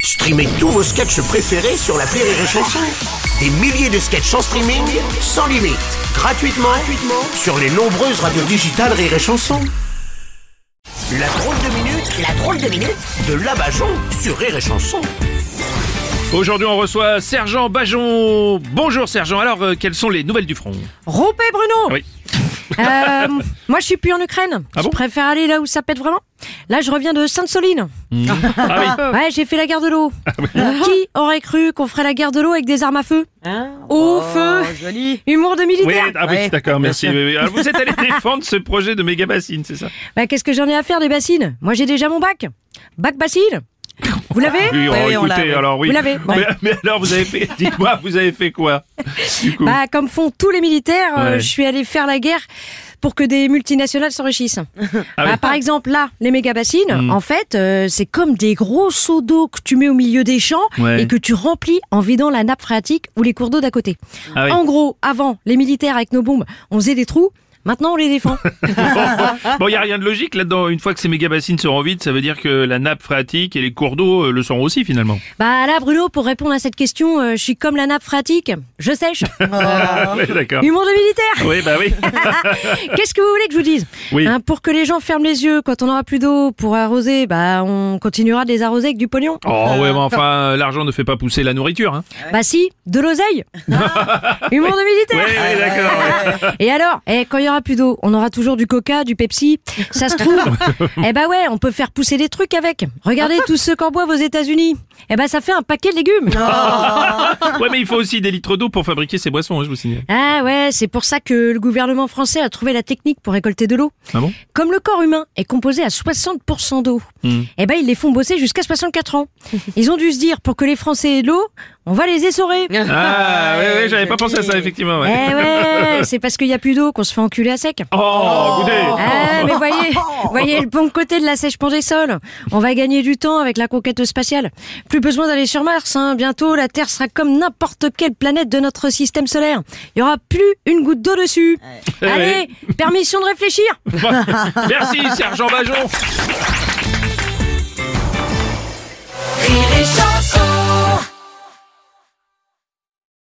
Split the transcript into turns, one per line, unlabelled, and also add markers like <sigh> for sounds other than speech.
Streamez tous vos sketchs préférés sur la Rire et Chanson. Des milliers de sketchs en streaming, sans limite, gratuitement, gratuitement sur les nombreuses radios digitales Rire et Chanson. La drôle de minute, la drôle de minute de Labajon sur Rire et Chanson.
Aujourd'hui, on reçoit Sergent Bajon. Bonjour Sergent. Alors, euh, quelles sont les nouvelles du front
Rompez Bruno
Oui.
<laughs> Euh, Moi je suis plus en Ukraine.
Ah
je
bon
préfère aller là où ça pète vraiment. Là je reviens de Sainte-Soline.
Ah oui.
<laughs>
Ah
Ouais j'ai fait la guerre de l'eau. Euh, Qui aurait cru qu'on ferait la guerre de l'eau avec des armes à feu Au feu Humour de
Oui,
militaire
ah oui, d'accord, merci. Oui, oui. Alors, vous êtes <laughs> allé défendre ce projet de méga bassine, c'est ça
Bah, Qu'est-ce que j'en ai à faire des bassines Moi j'ai déjà mon bac. Bac bassine Vous l'avez
Oui, on
oui, on l'a, oui.
alors oui.
Vous l'avez,
mais, mais alors, vous avez <laughs> fait, dites-moi, vous avez fait quoi Du coup,
Bah, comme font tous les militaires, euh,
Ouais.
je suis allé faire la guerre pour que des multinationales s'enrichissent.
<laughs> Ah
Bah,
oui. Mm.
par exemple, là, les méga-bassines, en fait, euh, c'est comme des gros seaux d'eau que tu mets au milieu des champs
Ouais.
et que tu remplis en vidant la nappe phréatique ou les cours d'eau d'à côté.
Ah oui.
En gros, avant, les militaires, avec nos bombes, on faisait des trous. Maintenant, on
<laughs>
les défend.
bon, il n'y a rien de logique là-dedans. Une fois que ces méga bassines seront vides, ça veut dire que la nappe phréatique et les cours d'eau euh, le seront aussi finalement.
bah là, Bruno, pour répondre à cette question, euh, je suis comme la nappe phréatique.
<laughs>
Je sèche.
Ouais, d'accord.
Humour
<laughs> Oh.
de militaire.
Oui, bah oui.
Qu'est-ce que vous voulez que je vous dise
Oui. Ah,
Hein, Pour que les gens ferment les yeux quand on n'aura plus d'eau pour arroser, bah on continuera de les arroser avec du pognon.
Oh ouais, mais enfin, l'argent ne fait pas pousser la nourriture. Hein.
Bah si, de l'oseille. Humour de
Oui,
militaire.
oui, d'accord. ouais.
Et alors, eh, quand il y aura plus d'eau, on aura toujours du Coca, du Pepsi. Ça se
<laughs>
trouve. eh bah ouais, on peut faire pousser des trucs avec. Regardez tous ceux qu'en boivent aux États-Unis. Eh bah ça fait un paquet de légumes.
Ouais, mais il faut aussi des litres d'eau pour fabriquer ces boissons, hein, je vous signale.
Ah ouais, c'est pour ça que le gouvernement français a trouvé la technique pour récolter de l'eau.
Ah bon
Comme le corps humain est composé à 60% d'eau, eh ben ils les font bosser jusqu'à 64 ans. Ils ont dû se dire pour que les Français aient de l'eau, on va les essorer. eh
Ah, ouais, ouais, j'avais pas pensé à ça, effectivement. Ouais.
ouais, c'est parce qu'il y a plus d'eau qu'on se fait enculer à sec.
Oh, goûtez
Ah, mais voyez, voyez le bon côté de la sèche pendécole. On va gagner du temps avec la conquête spatiale. Plus besoin d'aller sur Mars. Hein. Bientôt, la Terre sera comme n'importe quelle planète de notre système solaire. Il y aura plus une goutte d'eau dessus. Allez, permission de réfléchir.
Merci, Sergent Bajon
Rire et chanson